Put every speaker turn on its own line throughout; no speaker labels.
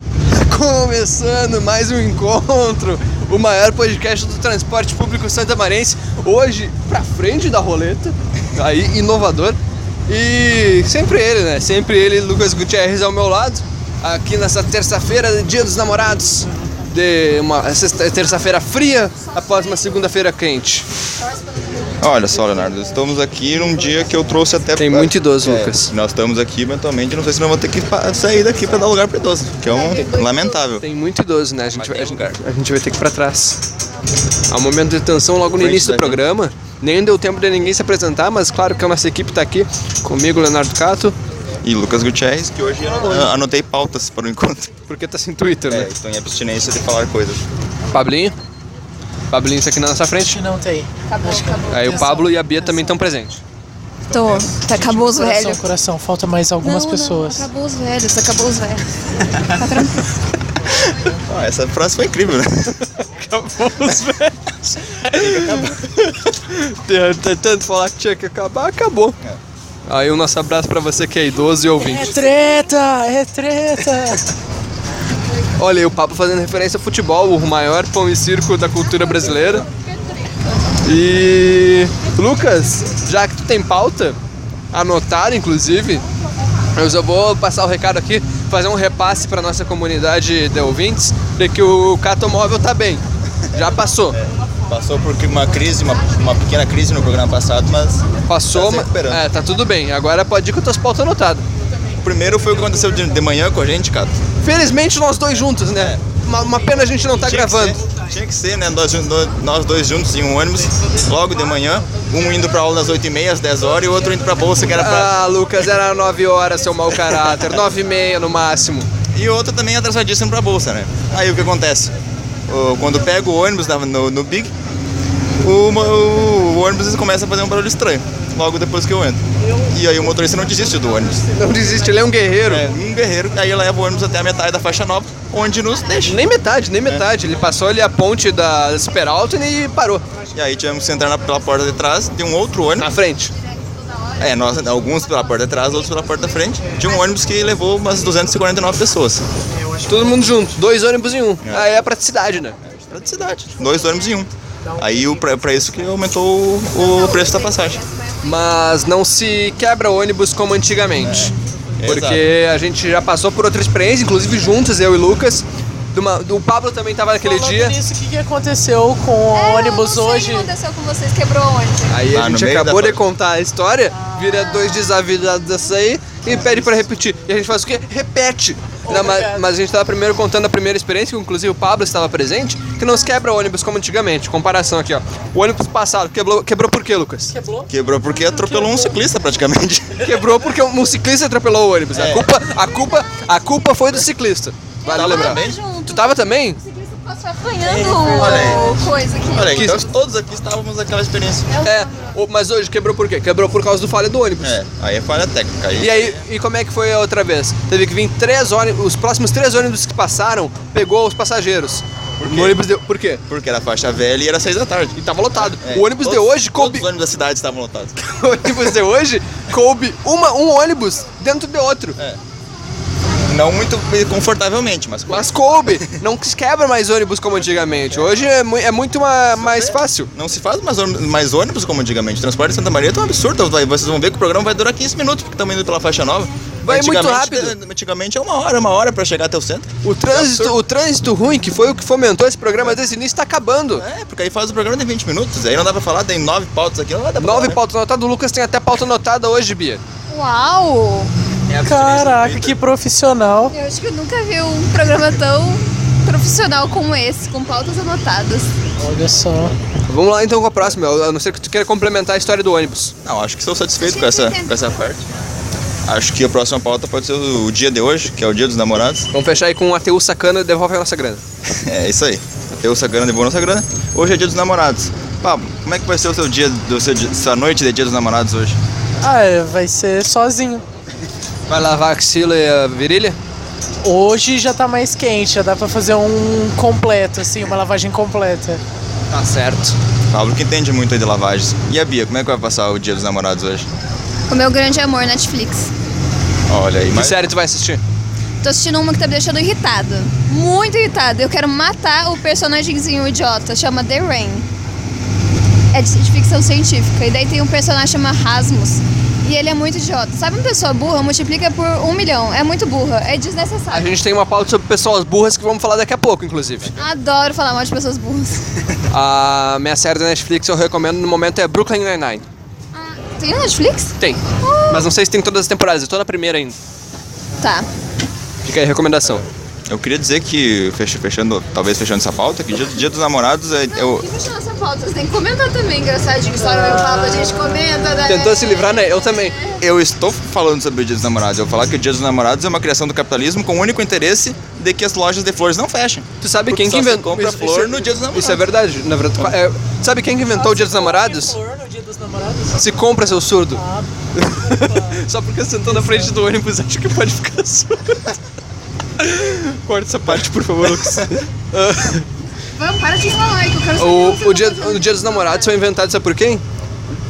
Tá Começando mais um encontro, o maior podcast do transporte público santamarense, hoje pra frente da roleta, aí inovador. E sempre ele, né? Sempre ele, Lucas Gutierrez ao meu lado, aqui nessa terça-feira, dia dos namorados, de uma sexta- terça-feira fria após uma segunda-feira quente.
Olha só, Leonardo, estamos aqui num dia que eu trouxe até.
Tem muito idoso,
É,
Lucas.
Nós estamos aqui eventualmente, não sei se nós vamos ter que pa- sair daqui pra dar lugar pro idoso, que é um lamentável.
Tem muito idoso, né? A gente, vai, a, gente, a gente vai ter que ir pra trás. Há um momento de tensão logo no
Frente
início do
da gente.
programa. Nem deu tempo de ninguém se apresentar, mas claro que a nossa equipe tá aqui. Comigo, Leonardo Cato,
E Lucas Gutierrez, que hoje eu an- anotei pautas para o encontro.
porque tá sem Twitter,
É,
né?
estou em abstinência de falar coisas.
Pablinho. Pablinho está aqui na nossa frente.
Não tem.
Aí o Pablo e a Bia também estão presentes.
Tô, tá, acabou os
Coração,
velhos.
coração, falta mais algumas
Não, não,
pessoas.
acabou os velhos, acabou os velhos. Tá tranquilo.
Ah, essa frase foi incrível, né?
Tem tanto falar que tinha que acabar, acabou. Aí o nosso abraço pra você que é idoso e
É
ouvinte.
treta, é treta.
Olha aí o Pablo fazendo referência ao futebol, o maior pão e circo da cultura brasileira. E Lucas, já que tu tem pauta, anotada inclusive, eu só vou passar o recado aqui, fazer um repasse para nossa comunidade de ouvintes, de que o Catomóvel tá bem. Já passou.
Passou por uma crise, uma, uma pequena crise no programa passado, mas.
Passou,
Tá se
mas-
recuperando.
é, tá tudo bem. Agora pode ir com tuas pautas anotadas.
O primeiro foi o que aconteceu de, de manhã com a gente, cara.
Felizmente nós dois juntos, né? Uma, uma pena a gente não tá gravando.
Que ser, tinha que ser, né? Nós, jun- do- nós dois juntos em um ônibus, logo de manhã, um indo pra aula às 8h30, às 10 horas, e o outro indo pra bolsa, que era pra.
Ah, Lucas, era 9 horas, seu mau caráter. 9 e meia no máximo.
E outra também é atrasadíssimo pra bolsa, né? Aí o que acontece? O- quando pega o ônibus na- no, no Big, o, mo- o ônibus começa a fazer um barulho estranho, logo depois que eu entro. E aí o motorista não desiste do ônibus.
Não desiste, ele é um guerreiro.
É, um guerreiro, aí leva o ônibus até a metade da faixa nova, onde nos deixa.
Nem metade,
É.
nem metade. Ele passou ali a ponte da Esperalta e parou.
E aí tivemos que entrar na, pela porta de trás de um outro
Na
ônibus.
frente.
É, nós, alguns pela porta de trás, outros pela porta da frente, de um ônibus que levou umas 249 pessoas.
Todo mundo junto. Dois ônibus em um. Aí é a praticidade, né?
Praticidade, dois ônibus em um. Aí o pra, pra isso que aumentou o, o preço da passagem.
Mas não se quebra ônibus como antigamente.
É.
Porque a gente já passou por outra experiência, inclusive juntos, eu e Lucas. De uma- o Pablo também tava naquele
Falando
dia.
nisso, o que, que aconteceu com o ônibus
É, eu não sei
hoje?
O que aconteceu com vocês? Quebrou ontem.
Aí a
Ah, no
gente
meio da
acabou de
fase.
contar a história, vira dois desavisados dessa aí e pede pra repetir. E a gente faz o quê? Repete! Não, ma- mas,
Obrigado.
a gente tava primeiro contando a primeira experiência, que inclusive o Pablo estava presente, que não se quebra ônibus como antigamente. Comparação aqui, ó. O ônibus passado quebrou, quebrou por quê, Lucas?
Quebrou?
Quebrou porque atropelou um ciclista praticamente.
Quebrou porque um ciclista atropelou o ônibus. A
É.
culpa, a culpa, a culpa foi do ciclista. Vale
Tava
lembrar.
também?
Tu tava também?
O ciclista passou apanhando o- coisa aqui.
Olha aí,
Que-
então todos aqui estávamos naquela experiência.
Eu-
É, o- mas hoje quebrou por quê? Quebrou por causa do falha do ônibus.
É, aí é falha técnica. Aí,
E aí, e como é que foi a outra vez? Teve que vir três ônibus, os próximos três ônibus que passaram, pegou os passageiros.
Por
o
quê?
ônibus de, por quê?
Porque era faixa velha e era seis da tarde.
E tava lotado.
É,
o ônibus de
todos-
hoje
Todos
coube,
os ônibus da cidade estavam lotados.
o ônibus de hoje coube uma um ônibus dentro de outro.
É. Não muito confortavelmente, mas...
Mas coube, não se quebra mais ônibus como antigamente. Hoje é, mu- é muito ma- mais fácil.
Não se faz mais, ônibus- mais ônibus como antigamente. Transporte de Santa Maria tá um absurdo. Vai- Vocês vão ver que o programa vai durar 15 minutos, porque estamos indo pela faixa nova.
Vai muito
Antigamente-
rápido.
Antigamente é uma hora, uma hora para chegar até o centro.
O trânsito, o trânsito ruim que foi o que fomentou esse programa desde o início tá acabando.
É, porque aí faz o programa de 20 minutos. Aí não dá pra falar, tem nove pautas aqui, não dá pra
Nove
falar, né?
pautas anotadas, o Lucas tem até pauta anotada hoje, Bia.
Uau!
É Caraca, que profissional.
Eu acho que eu nunca vi um programa tão profissional como esse, com pautas anotadas.
Olha só.
Vamos lá então com a próxima, a não ser que tu queira complementar a história do ônibus.
né? Não, acho que estou satisfeito
Acho
com
que
essa,
entendeu.
com essa parte. Acho que a próxima pauta pode ser o o dia de hoje, que é o dia dos namorados.
Vamos fechar aí com um ATU sacana e devolve a nossa grana.
É isso aí. Deu essa grana, devolveu nossa grana. Hoje é dia dos namorados. Pablo, como é que vai ser o seu dia, do seu, dia- sua noite de dia dos namorados hoje?
Ah, é, vai ser sozinho.
Vai lavar a axila e a virilha?
Hoje já tá mais quente, já dá pra fazer um completo, assim, uma lavagem completa.
Tá certo.
Pablo que entende muito aí de lavagens. E a Bia, como é que vai passar o dia dos namorados hoje?
O meu grande amor, Netflix.
Olha aí,
Que
mas...
é- série tu vai assistir?
Tô assistindo uma que tá me deixando irritada. Muito irritada. Eu quero matar o personagemzinho idiota. Chama The Rain. É de, de ficção científica. E daí tem um personagem chama Rasmus. E ele é muito idiota. Sabe uma pessoa burra? Multiplica por um milhão. É muito burra. É
A
desnecessário.
gente tem uma pauta sobre pessoas burras que vamos falar daqui a pouco, inclusive.
Adoro falar mal de pessoas burras.
A minha série da Netflix eu recomendo no momento é Brooklyn Nine-Nine.
Ah, tem no Netflix?
Tem. Mas não sei se tem todas as temporadas, eu tô na primeira ainda.
Tá.
Fica aí a recomendação.
Eu queria dizer que, fech- fechando, talvez fechando essa pauta, que dia, dia dos namorados é, é o-
Não, que nossa pauta. Você tem que comentar também, engraçadinho. que Só eu e o Pablo, a gente comenta. né?
Tentou se livrar, né? Eu também.
Eu estou falando sobre o Dia dos Namorados. Eu vou falar que o Dia dos Namorados é uma criação do capitalismo com o único interesse de que as lojas de flores não fechem.
Tu sabe quem que
Só se
inventou
compra
isso-
flor
isso-
no dia dos namorados.
Isso é verdade. Na verdade, é, sabe quem que inventou o Dia dos Namorados?
No dia dos namorados?
Se compra, seu surdo. Só porque sentou na frente do ônibus, acho que pode ficar assim. surdo. Corta essa parte, por favor, Lucas.
Vamos, para de falar aí, que eu quero saber o que
O,
você
o, dia,
tá
o Dia dos Namorados foi inventado, sabe por quem?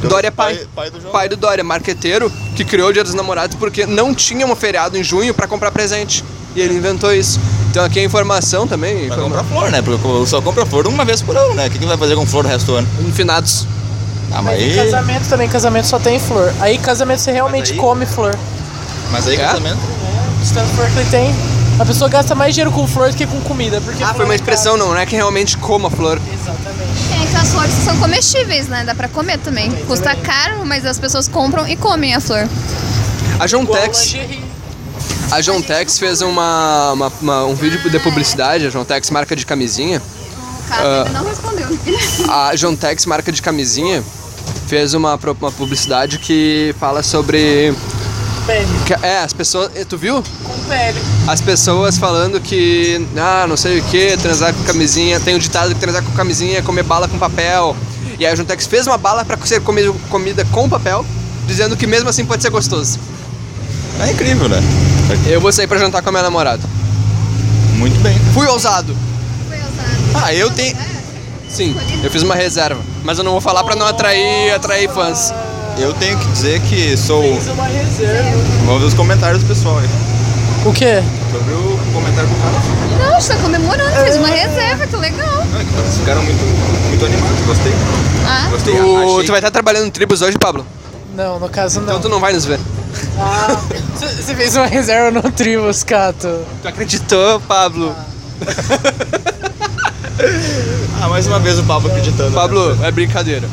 Dória é Pai.
pai- pai do João.
Pai do Dória, marqueteiro, que criou o Dia dos Namorados porque não tinha um feriado em junho pra comprar presente. E ele inventou isso. Então aqui é informação também.
Pra comprar flor, né? Porque eu só compra flor uma vez por ano, né? O que, que vai fazer com flor o resto do ano?
Finados.
Ah, mas
Mas em
aí.
casamento também, casamento só tem flor. Aí casamento você realmente
aí-
come flor.
Mas aí
É?
casamento.
Stanford Berkeley tem. A pessoa gasta mais dinheiro com flor do que com comida. Porque
Ah,
flor
foi uma
é
expressão, não, não é que realmente coma a flor.
caro. Exatamente.
Tem aquelas flores que são comestíveis, né? Dá pra comer também. Custa caro, mas as pessoas compram e comem a flor.
A John
Igual
Tex.
lingerie.
A John Tex fez uma, uma- uma- um vídeo de publicidade, a John Tex marca de camisinha.
O cara
Ah.
ainda não respondeu.
A John Tex marca de camisinha fez uma, pro- uma publicidade que fala sobre.
Pele.
que- é, as pessoas. eh, Tu viu?
Com pele.
As pessoas falando que. Ah, não sei o que, transar com camisinha. Tem um ditado que transar com camisinha é comer bala com papel. E aí a John Tex fez uma bala pra ser comi- comida com papel, dizendo que mesmo assim pode ser gostoso.
É incrível, né?
Eu vou sair pra jantar com a minha namorada.
Muito bem.
Fui ousado!
Foi ousado.
Ah, eu tenho.
Sim, eu fiz uma reserva, mas eu não vou falar pra não atrair, atrair fãs.
Eu tenho que dizer que sou.
Fiz uma reserva.
Vamos ver os comentários do pessoal aí.
O quê?
Sobre o comentário do cara.
Não, a gente tá comemorando, fez uma reserva, que legal.
Ah, que vocês ficaram muito, muito animados. Gostei.
Ah,
Gostei.
Tu,
Achei-
tu vai estar trabalhando em tribos hoje, Pablo?
Não, no caso não.
Então tu não vai nos ver.
Ah, você fez uma reserva no Tribus, Cato.
Tu acreditou, Pablo?
Ah, mais uma vez o Pablo acreditando. né?
Pablo, é brincadeira.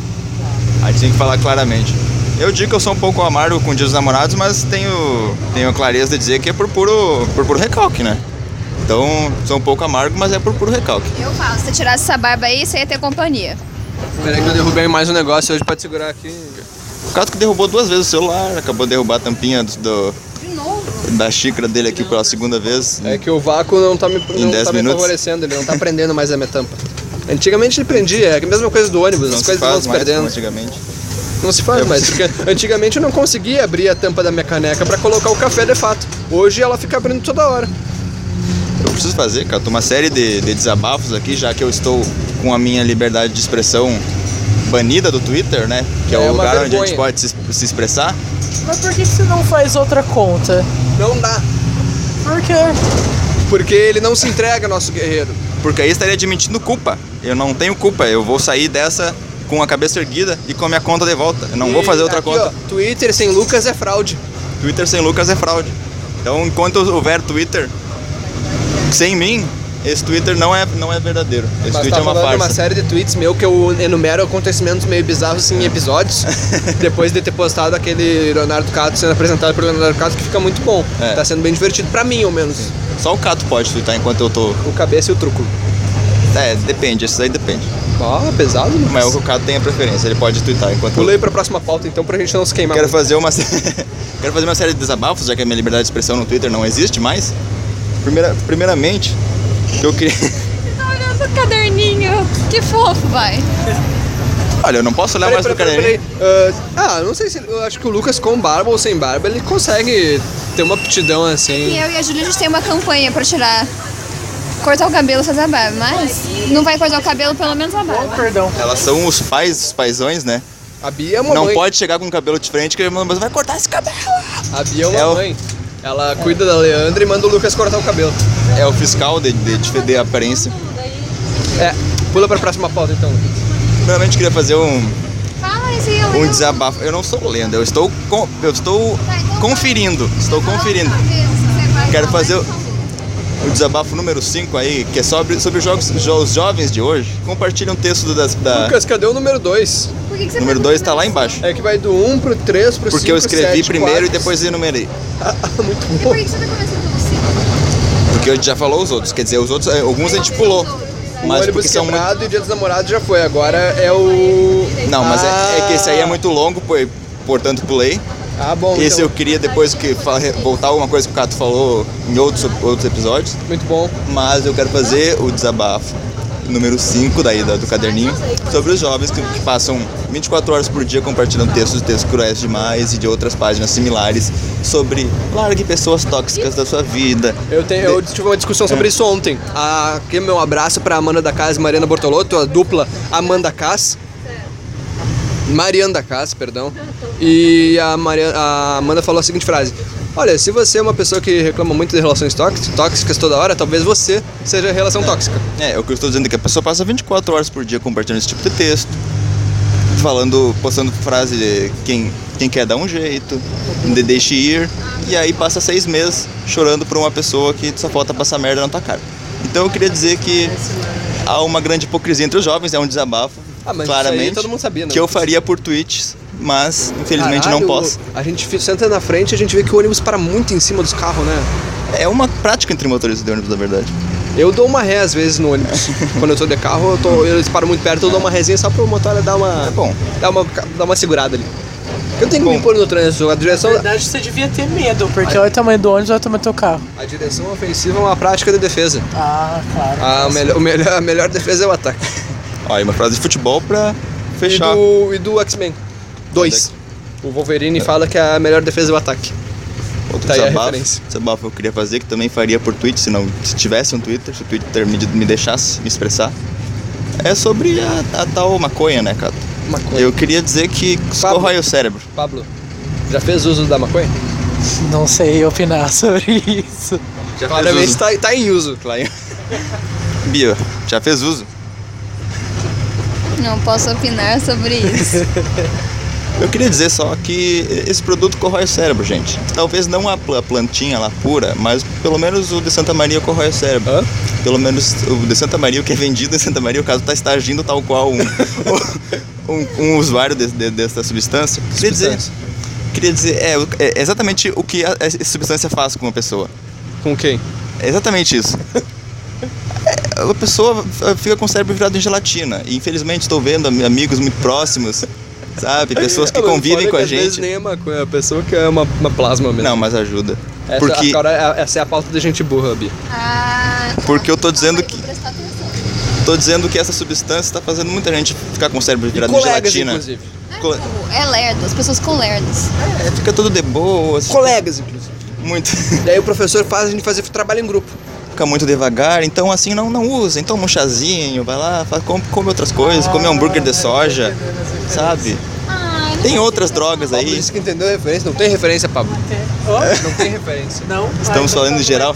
A gente tem que falar claramente. Eu digo que eu sou um pouco amargo com o Dia dos Namorados, mas tenho, tenho a clareza de dizer que é por puro, por puro recalque, né? Então, sou um pouco amargo, mas é por puro recalque.
eu falo, se você tirasse essa barba aí, você ia ter companhia.
Peraí que eu derrubei mais um negócio hoje pra te segurar aqui.
O Cato que derrubou duas vezes o celular, acabou de derrubar a tampinha do, do-
De novo?
da xícara dele aqui pela segunda vez.
É que o vácuo não tá me, não
dez
tá me
minutos?
favorecendo, ele não tá prendendo mais a minha tampa. Antigamente ele prendia, é a mesma coisa do ônibus,
Não
as
se
coisas
faz
vão se
mais
perdendo.
como antigamente.
Não se faz mais, porque antigamente eu não conseguia abrir a tampa da minha caneca pra colocar o café de fato. Hoje ela fica abrindo toda hora.
Eu preciso fazer, Cato, uma série de, de desabafos aqui, já que eu estou com a minha liberdade de expressão banida do Twitter, né? Que é,
É uma
o lugar onde a gente
vergonha.
pode se, se expressar.
Mas por que que você não faz outra conta?
Não dá.
Por quê?
Porque ele não se entrega, nosso guerreiro.
Porque aí estaria admitindo culpa. Eu não tenho culpa. Eu vou sair dessa com a cabeça erguida e com a minha conta de volta. Eu não vou
E
fazer outra
aqui,
conta.
ó, Twitter sem Lucas é fraude.
Twitter sem Lucas é fraude. Então, enquanto houver Twitter sem mim, esse Twitter não é, não é verdadeiro. Esse
Mas
Twitter
tá
é uma
rolando
farsa.
uma série de tweets meu que eu enumero acontecimentos meio bizarros assim, em episódios. depois de ter postado aquele Leonardo Cato sendo apresentado por Leonardo Cato, que fica muito bom.
É.
Tá sendo bem divertido, pra mim, ao menos.
Só o Cato pode twittar enquanto eu tô.
O cabeça e o truco.
É, depende, isso aí depende.
Ó, pesado, Lucas.
Mas é o Cato tem a preferência, ele pode twittar enquanto eu.
Pulei pra próxima pauta, então, pra gente não se queimar.
Quero fazer uma sé- quero fazer uma série de desabafos, já que a minha liberdade de expressão no Twitter não existe mais. Primeira, primeiramente, eu queria
Você tá olhando o caderninho. Que fofo, vai.
Olha, eu não posso olhar
Peraí,
mais pro
peraí,
caderninho.
peraí. Ah, ah, eu não sei se. Eu acho que o Lucas com barba ou sem barba, ele consegue ter uma aptidão
E
assim.
eu e a Júlia, a gente tem uma campanha pra tirar... Cortar o cabelo e fazer a barba, mas não vai cortar o cabelo, pelo menos a barba.
Perdão.
Elas são os pais, os paisões, né?
A Bia é uma
não
mãe.
um pode chegar com o cabelo de frente que ele manda, mas vai cortar esse cabelo.
A Bia é uma
É o-
mãe. Ela cuida da Leandra e manda o Lucas cortar o cabelo.
É o fiscal de, de, de feder a prensa.
É, pula pra próxima pauta então, Lucas.
Primeiramente, queria fazer um,
Fala aí, senhor.
um desabafo. Eu não sou lenda, eu estou, con- eu estou conferindo. Estou conferindo. Quero fazer
um
o- O desabafo número 5 aí, que é sobre, sobre os jogos, jo- os jovens de hoje. Compartilha um texto do- das- da.
Lucas, cadê o número 2?
Por que que você
número
pergunta
2 tá lá
isso?
embaixo.
É que vai do 1 um pro 3 pro 5
Porque eu escrevi primeiro e depois enumerei.
Muito
E por
bom.
que que você tá começando pelo 5?
Porque eu já falou os outros. Quer dizer, os outros, eh, alguns a gente pulou.
O
Mas porque
Um ônibus
são muito.
quebrado e o dia dos namorados já foi. Agora é o...
Não, mas é, é que esse aí é
Ah.
muito longo, pô, portanto pulei.
Ah, bom.
Esse
então.
eu queria depois que fa- voltar alguma coisa que o Cato falou em outros, outros episódios.
Muito bom.
Mas eu quero fazer o desabafo número 5 daí da- do caderninho sobre os jovens que, que passam 24 horas por dia compartilhando textos, textos cruéis demais e de outras páginas similares sobre largue pessoas tóxicas da sua vida.
Eu, tenho, eu tive uma discussão
É.
sobre isso ontem. Ah, Aqui meu abraço pra Amanda da Casa e Mariana Bortolotto, a dupla Amanda Cas. Mariana Cas, perdão. E a, Maria, a Amanda falou a seguinte frase: Olha, se você é uma pessoa que reclama muito de relações tóxi- tóxicas toda hora, talvez você seja relação tóxica.
É, o que eu estou dizendo é que a pessoa passa 24 horas por dia compartilhando esse tipo de texto, falando, postando frase de quem, quem quer dar um jeito, de deixe ir, e aí passa seis meses chorando por uma pessoa que só falta passar merda na tua cara. Então eu queria dizer que há uma grande hipocrisia entre os jovens, é um desabafo,
Ah, mas isso aí
claramente,
todo mundo sabia, né?
que eu faria por tweets, mas infelizmente
Caralho,
não posso.
A gente fi- senta na frente e a gente vê que o ônibus para muito em cima dos carros, né?
É uma prática entre motoristas de ônibus, na verdade.
Eu dou uma ré às vezes no ônibus. Quando eu tô de carro, eu tô, eles param muito perto, eu dou uma rézinha só pro motor dar uma.
É bom.
Dar uma, dar uma segurada ali. Eu tenho que me
Bom.
pôr no trânsito. A direção,
Na verdade, você devia ter medo, porque olha o tamanho do ônibus, olha o tamanho do teu carro.
a direção ofensiva é uma prática de defesa.
Ah, claro.
A, melhor, o melhor- a melhor defesa é o ataque.
Olha, uma frase de futebol pra
E
fechar.
do, e do X-Men. Dois. O Wolverine fala que a melhor defesa é o ataque.
Outro
Tá aí a
desabafo,
referência.
desabafo que eu queria fazer, que também faria por Twitter, se não se tivesse um Twitter, se o Twitter me, me deixasse me expressar, é sobre a, a tal maconha, né, Cato?
Maconha.
Eu queria dizer que
Pablo.
corrói o cérebro.
Pablo, já fez uso da maconha?
Não sei opinar sobre isso.
Já
Claramente tá, tá em uso.
Bia, já fez uso.
Não posso opinar sobre isso.
Eu queria dizer só que esse produto corrói o cérebro, gente. Talvez não a pla- plantinha lá pura, mas pelo menos o de Santa Maria corrói o cérebro.
Hã?
Pelo menos o de Santa Maria, o que é vendido em Santa Maria, o caso tá, está agindo tal qual um, um, um usuário de, de- dessa substância. Queria dizer,
Substância.
queria dizer é, o- é exatamente o que a- essa substância faz com uma pessoa.
Com quem?
É exatamente isso. É, A pessoa f- fica com o cérebro virado em gelatina. E infelizmente estou vendo am- amigos muito próximos, sabe? Pessoas que
Não,
convivem
É, foda
com
que
a
às vezes
gente.
nem é maconha, é a pessoa que é uma, uma plasma mesmo.
Não, mas ajuda.
Essa,
Porque,
agora, é- essa é a pauta da gente burra, Bi.
Ah, então
Porque eu tô dizendo que-
Vou prestar atenção.
tô dizendo que essa substância está fazendo muita gente ficar com o cérebro virado em
Colegas,
gelatina.
inclusive.
Co-
É lerdo, as pessoas com lerdos.
é, fica tudo de boa. assim,
Colegas, inclusive.
Muito.
Daí o professor faz a gente fazer trabalho em grupo.
Fica muito devagar, então assim não, não usa. Então toma um chazinho, vai lá, faz, come, come outras coisas,
Ah,
come hambúrguer
é
de soja, sabe?
Ai,
Tem um outras drogas
Pablo
aí.
disse que entendeu a referência. Não tem referência, Pablo.
É.
Não tem referência.
Não?
Estamos falando em geral?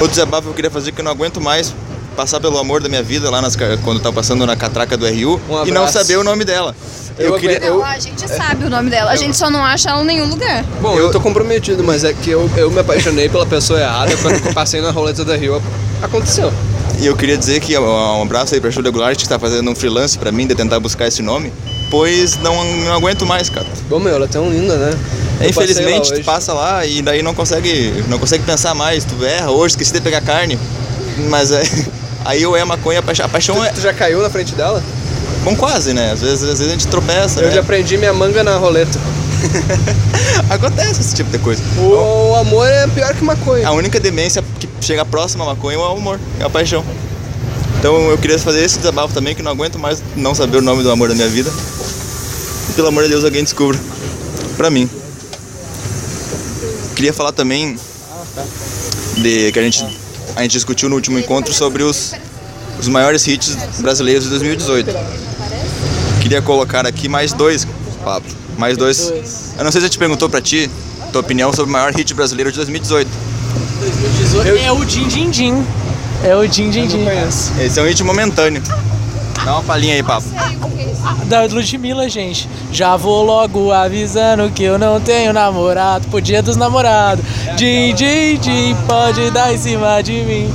Outro desabafo que eu queria fazer é que eu não aguento mais passar pelo amor da minha vida lá nas, ca- quando tá passando na catraca do RU
Um
e não
abraço.
saber o nome dela.
Eu
Eu, É. queria.
aguento. eu-
Não, Ah, a gente sabe o nome dela, a gente só não acha ela em nenhum lugar.
Bom, eu tô comprometido, mas é que eu, eu me apaixonei pela pessoa errada quando eu passei na roleta da Rio. Aconteceu.
E eu queria dizer que ó, um abraço aí pra Júlia Goulart, que tá fazendo um freelance pra mim de tentar buscar esse nome, pois não, não aguento mais, cara.
Bom, meu, ela é tão linda, né? Eu
Infelizmente,
passei lá hoje.
tu passa lá e daí não consegue, não consegue pensar mais, tu erra, hoje esqueci de pegar carne, mas é, aí ou é maconha, a paixão, a paixão é
Tu, tu já caiu na frente dela?
bom quase, né? Às vezes, às vezes a gente tropeça,
Eu
né?
já prendi minha manga na roleta.
Acontece esse tipo de coisa.
O amor é pior que maconha.
A única demência que chega próxima à maconha é o amor, é a paixão. Então eu queria fazer esse desabafo também, que não aguento mais não saber o nome do amor da minha vida. E pelo amor de Deus, alguém descubra. Pra mim. Queria falar também de que a gente, a gente discutiu no último encontro sobre os, os maiores hits brasileiros de 2018. Queria colocar aqui mais dois
Pablo.
Mais dois.
Dois.
Eu não sei se a gente perguntou pra ti tua opinião sobre o maior hit brasileiro de 2018.
2018 é o Din Din Din. É o Din Din Din.
Esse é um hit momentâneo. Dá uma palhinha aí, papo.
Da Ludmilla, gente. Já vou logo avisando que eu não tenho namorado. Pro dia dos namorados.
É
Din Din Din,
Ah.
pode dar em cima de mim.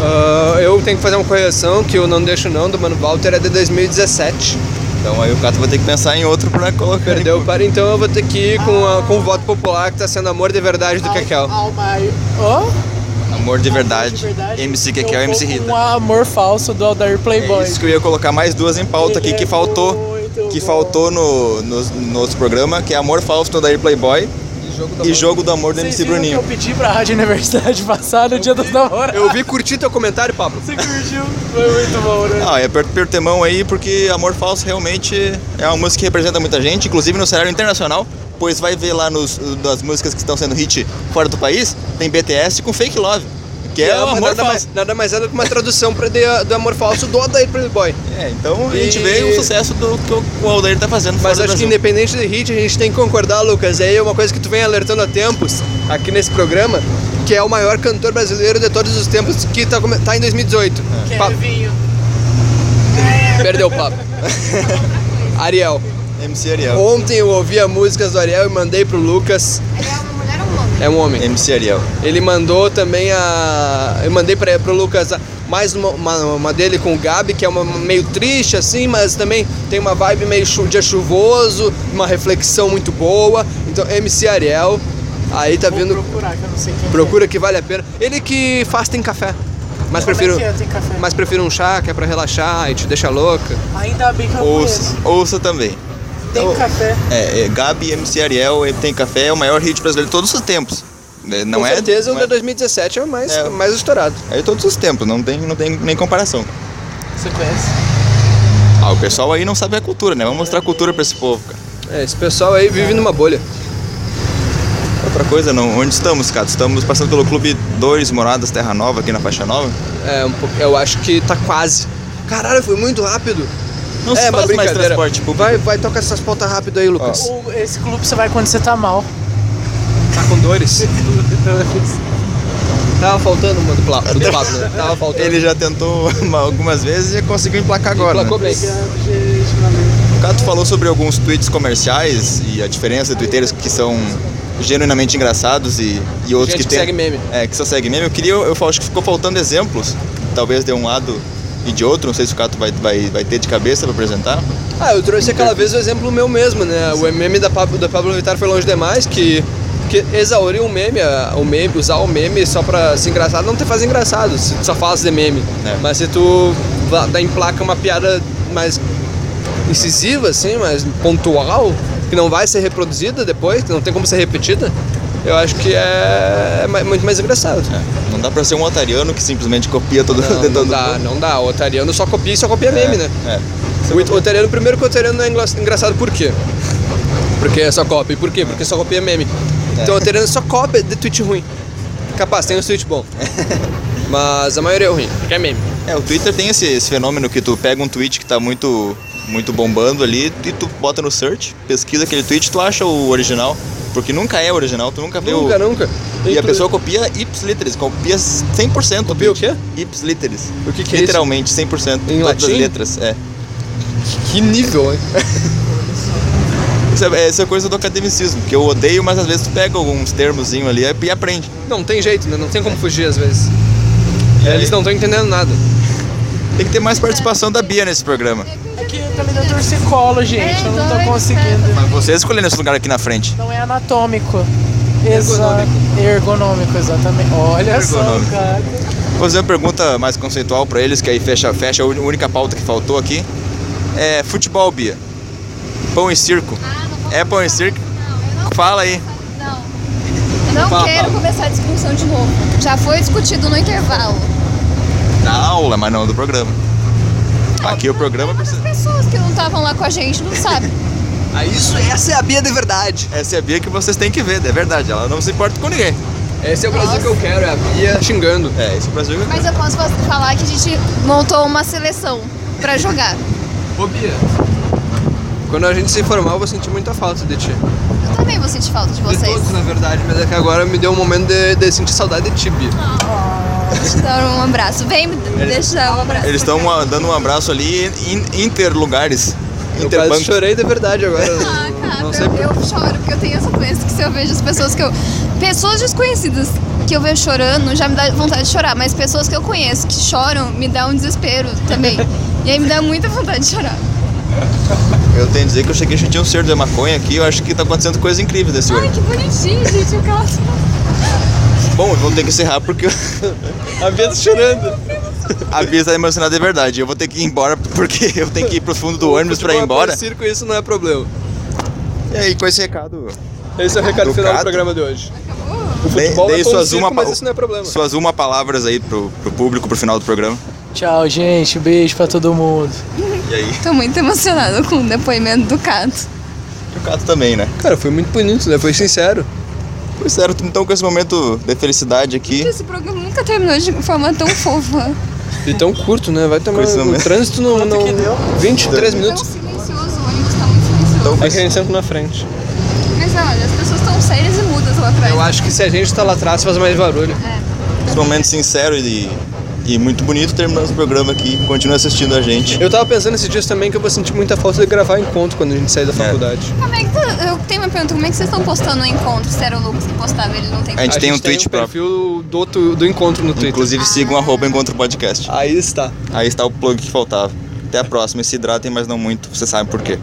Ah, eu tenho que fazer uma correção que o Não Deixo Não, do Mano Walter, é de 2017.
Então aí o Cato vai ter que pensar em outro pra colocar.
Perdeu
em...
para então, eu vou ter que ir com, a- com o voto popular que tá sendo amor de verdade
Ah,
do Kekel.
Oh?
Amor de verdade. MC Kekel e MC
Um
Rita.
amor falso do Aldair Playboy.
É isso que eu ia colocar mais É duas em pauta aqui que faltou. Que faltou no, no, no outro programa, que é Amor Fausto da Playboy e Jogo tá do Amor do
Vocês
MC
viram que
Bruninho.
eu pedi pra Rádio Universidade passar no dia dos namorados.
Eu vi curtir teu comentário, Pablo.
Você curtiu? Foi muito bom, né?
Ah, é per- per temão aí, porque Amor Falso realmente é uma música que representa muita gente, inclusive no cenário internacional, pois vai ver lá nos, das músicas que estão sendo hit fora do país, tem BTS com Fake Love, que é, o
uma-
Amor
nada, mais,
Falso.
nada mais é do que uma tradução pra de- do amor falso do Odair Playboy.
É, então a gente
E-
vê o sucesso do que o- o Aldair tá fazendo fora
Mas
do
acho que
Brasil.
independente de hit, a gente tem que concordar, Lucas. E aí é uma coisa que tu vem alertando há tempos aqui nesse programa, que é o maior cantor brasileiro de todos os tempos, que tá, come- tá em 2018. Pa-
vinho.
Perdeu o papo. Ariel.
MC Ariel.
Ontem eu ouvi as músicas do Ariel e mandei pro Lucas.
Ele é uma mulher ou um homem?
É um homem.
MC Ariel.
Ele mandou também a. Eu mandei pra, pro Lucas a- mais uma, uma, uma dele com o Gabi, que é uma meio triste assim, mas também tem uma vibe meio chu, dia chuvoso, uma reflexão muito boa. Então, MC Ariel. Aí tá vindo.
procurar, que é. eu não sei quem
Procura que vale a pena. Ele que faz tem café. Mas
Como é
prefiro.
que é? Tem café?
Mas prefiro um chá que é pra relaxar e te deixa louca.
é. Ainda bem que eu
Ouça,
conheço.
ouça também.
Tem café.
É, é, Gabi, MC Ariel, ele tem café, é o maior hit brasileiro de todos os tempos. É, Não
com
é,
certeza
não
o de
é,
2017 é o mais,
É.
mais estourado.
é de todos os tempos, não tem, não tem nem comparação.
Você conhece?
Ah, o pessoal aí não sabe a cultura, né? Vamos mostrar a cultura pra esse povo, cara.
É, esse pessoal aí vive numa bolha.
Outra coisa, não. Onde estamos, cara? Estamos passando pelo Clube 2 Moradas Terra Nova, aqui na Faixa Nova.
É, um pouco- eu acho que tá quase. Caralho, foi muito rápido.
Não
é,
se
uma
faz mais
brincadeira.
transporte público.
vai, vai, toca essas pautas rápido aí, Lucas.
O- esse clube você vai quando você tá mal.
Tá com dores? Tava faltando uma do, Pla, do Pablo, né? Tava faltando.
Ele já tentou uma- algumas vezes e conseguiu emplacar agora.
placou
né?
bem.
O Cato falou sobre alguns tweets comerciais e a diferença de twitteiros que são genuinamente engraçados e, e outros
Gente
que,
que
tem-
segue meme.
É, que só segue meme. Eu queria, eu falo, acho que ficou faltando exemplos, talvez de um lado e de outro. Não sei se o Cato vai, vai, vai ter de cabeça pra apresentar.
Ah, eu trouxe aquela vez o exemplo meu mesmo, né? O meme da Pablo, da Pablo Vittar foi longe demais, que, que exauriu o meme, a- o meme, usar o meme só pra ser engraçado, não te faz engraçado, se tu só faz de meme.
É.
Mas se tu va- dá em placa uma piada mais incisiva, assim, mais pontual, que não vai ser reproduzida depois, que não tem como ser repetida, eu acho que é ma- muito mais engraçado.
É, Não dá pra ser um otariano que simplesmente copia todo
Não,
de
não
todo
dá,
mundo.
não dá. O otariano só copia e só copia
É,
meme, né?
é.
O it- otariano, primeiro que o otariano não é engla- engraçado por quê? Porque é só copia. Por quê? Porque só copia meme. Então o otariano só copia de tweet ruim. Capaz, tem um tweet bom. Mas a maioria é ruim, porque é meme.
É, o Twitter tem esse, esse fenômeno que tu pega um tweet que tá muito, muito bombando ali e tu bota no search, pesquisa aquele tweet, tu acha o original, porque nunca é o original, tu nunca vê o...
Nunca, nunca.
E a
Inclu-
pessoa copia ipsiliteris, copia 100%
Copia o
tweet.
quê?
Ipsiliteris.
O que que é
Literalmente, 100%.
Em
todas
latim?
as letras, é.
Que nível, hein?
Isso é. Isso é coisa do academicismo, que eu odeio, mas às vezes tu pega alguns termozinho ali e aprende.
Não tem jeito, né? Não tem como fugir às vezes.
E
Eles não estão entendendo nada.
Tem que ter mais participação da Bia nesse programa.
Aqui eu também dou torcicolo,
É,
gente. Eu
então
não tô conseguindo.
Mas você escolhendo esse lugar aqui na frente.
Não é anatômico. Exato. Ergonômico, exatamente. Olha
Ergonômico.
só, cara.
Vou fazer uma pergunta mais conceitual pra eles, que aí fecha, fecha a única pauta que faltou aqui. É futebol, Bia. Pão e circo.
Ah,
É pão e circo? Fala aí.
Não. Não
Fala,
quero
Paula.
começar a discussão de novo. Já foi discutido no intervalo.
Da aula, mas não do programa. Aqui é o programa
As
precisa.
pessoas que não estavam lá com a gente não sabem.
Ah, isso, essa é a Bia de verdade.
Essa é a Bia que vocês têm que ver, é verdade. Ela não se importa com ninguém.
Esse é o Brasil que eu quero, é a Bia xingando.
É, esse é o Brasil.
Mas eu posso fa- falar que a gente montou uma seleção pra jogar.
Ô Bia. Quando a gente se formar, eu vou sentir muita falta de ti.
Eu também vou sentir falta de
De
vocês.
todos, na verdade, mas é que agora me deu um momento de, de sentir saudade de ti, Bia.
Deixa eu dar um abraço. Vem, deixa eu dar um abraço.
Eles estão dando um abraço ali in, interlugares.
Então, Eu quase
Interbancos.
chorei de verdade agora.
Ah, cara,
Não sei
eu,
por-
eu choro porque eu tenho essa doença que se eu vejo as pessoas que eu. Pessoas desconhecidas que eu vejo chorando já me dá vontade de chorar, mas pessoas que eu conheço que choram me dá um desespero também. E aí me dá muita vontade de chorar.
Eu tenho que dizer que eu cheguei a sentir um cheiro de maconha aqui. Eu acho que tá acontecendo coisas incríveis nesse
Ai,
ônibus.
que bonitinho, gente, o cara.
Bom, eu vou ter que encerrar porque
A Bia tá chorando.
a Bia tá emocionada de verdade. Eu vou ter que ir embora porque eu tenho que ir pro fundo do ônibus pra ir
Futebol é
embora.
pro circo, isso não é problema.
E aí, com esse recado,
Esse é o recado
Do
final do
Cato.
programa de hoje.
dei,
futebol é
dei
pro
suas,
circo,
uma, pa-
mas isso não é problema.
suas uma palavras aí pro, pro público, pro final do programa.
Tchau, gente. Beijo pra todo mundo.
E aí,
Tô muito emocionada com o depoimento do Cato.
o Cato também, né?
Cara, foi muito bonito, né? Foi sincero.
Pois sério, então com esse momento de felicidade aqui.
Esse programa nunca terminou de forma tão fofa.
E tão curto, né? Vai tomar.
Coisa
O
mesmo.
trânsito não. não...
que deu?
23
Tão
minutos.
silencioso, o ônibus tá muito silencioso.
Então,
É que a gente sempre na frente.
Mas olha, as pessoas estão sérias e mudas lá atrás.
Eu acho que se a gente tá lá atrás, faz mais barulho.
esse momento sincero e, e muito bonito, terminando o programa aqui. Continua assistindo a
É.
gente.
Eu tava pensando esses dias também que eu vou sentir muita falta de gravar encontro quando a gente sair da faculdade.
Como é que tu, eu tenho uma pergunta, como é que vocês estão postando o encontro? Se era o Lucas que postava, ele não tem
A gente tem um tweet
o perfil do, outro- do encontro no Twitter.
Inclusive, sigam um arroba Encontro Podcast.
Aí está.
Aí está o plug que faltava. Até a próxima. E se hidratem, mas não muito. Você sabe por quê.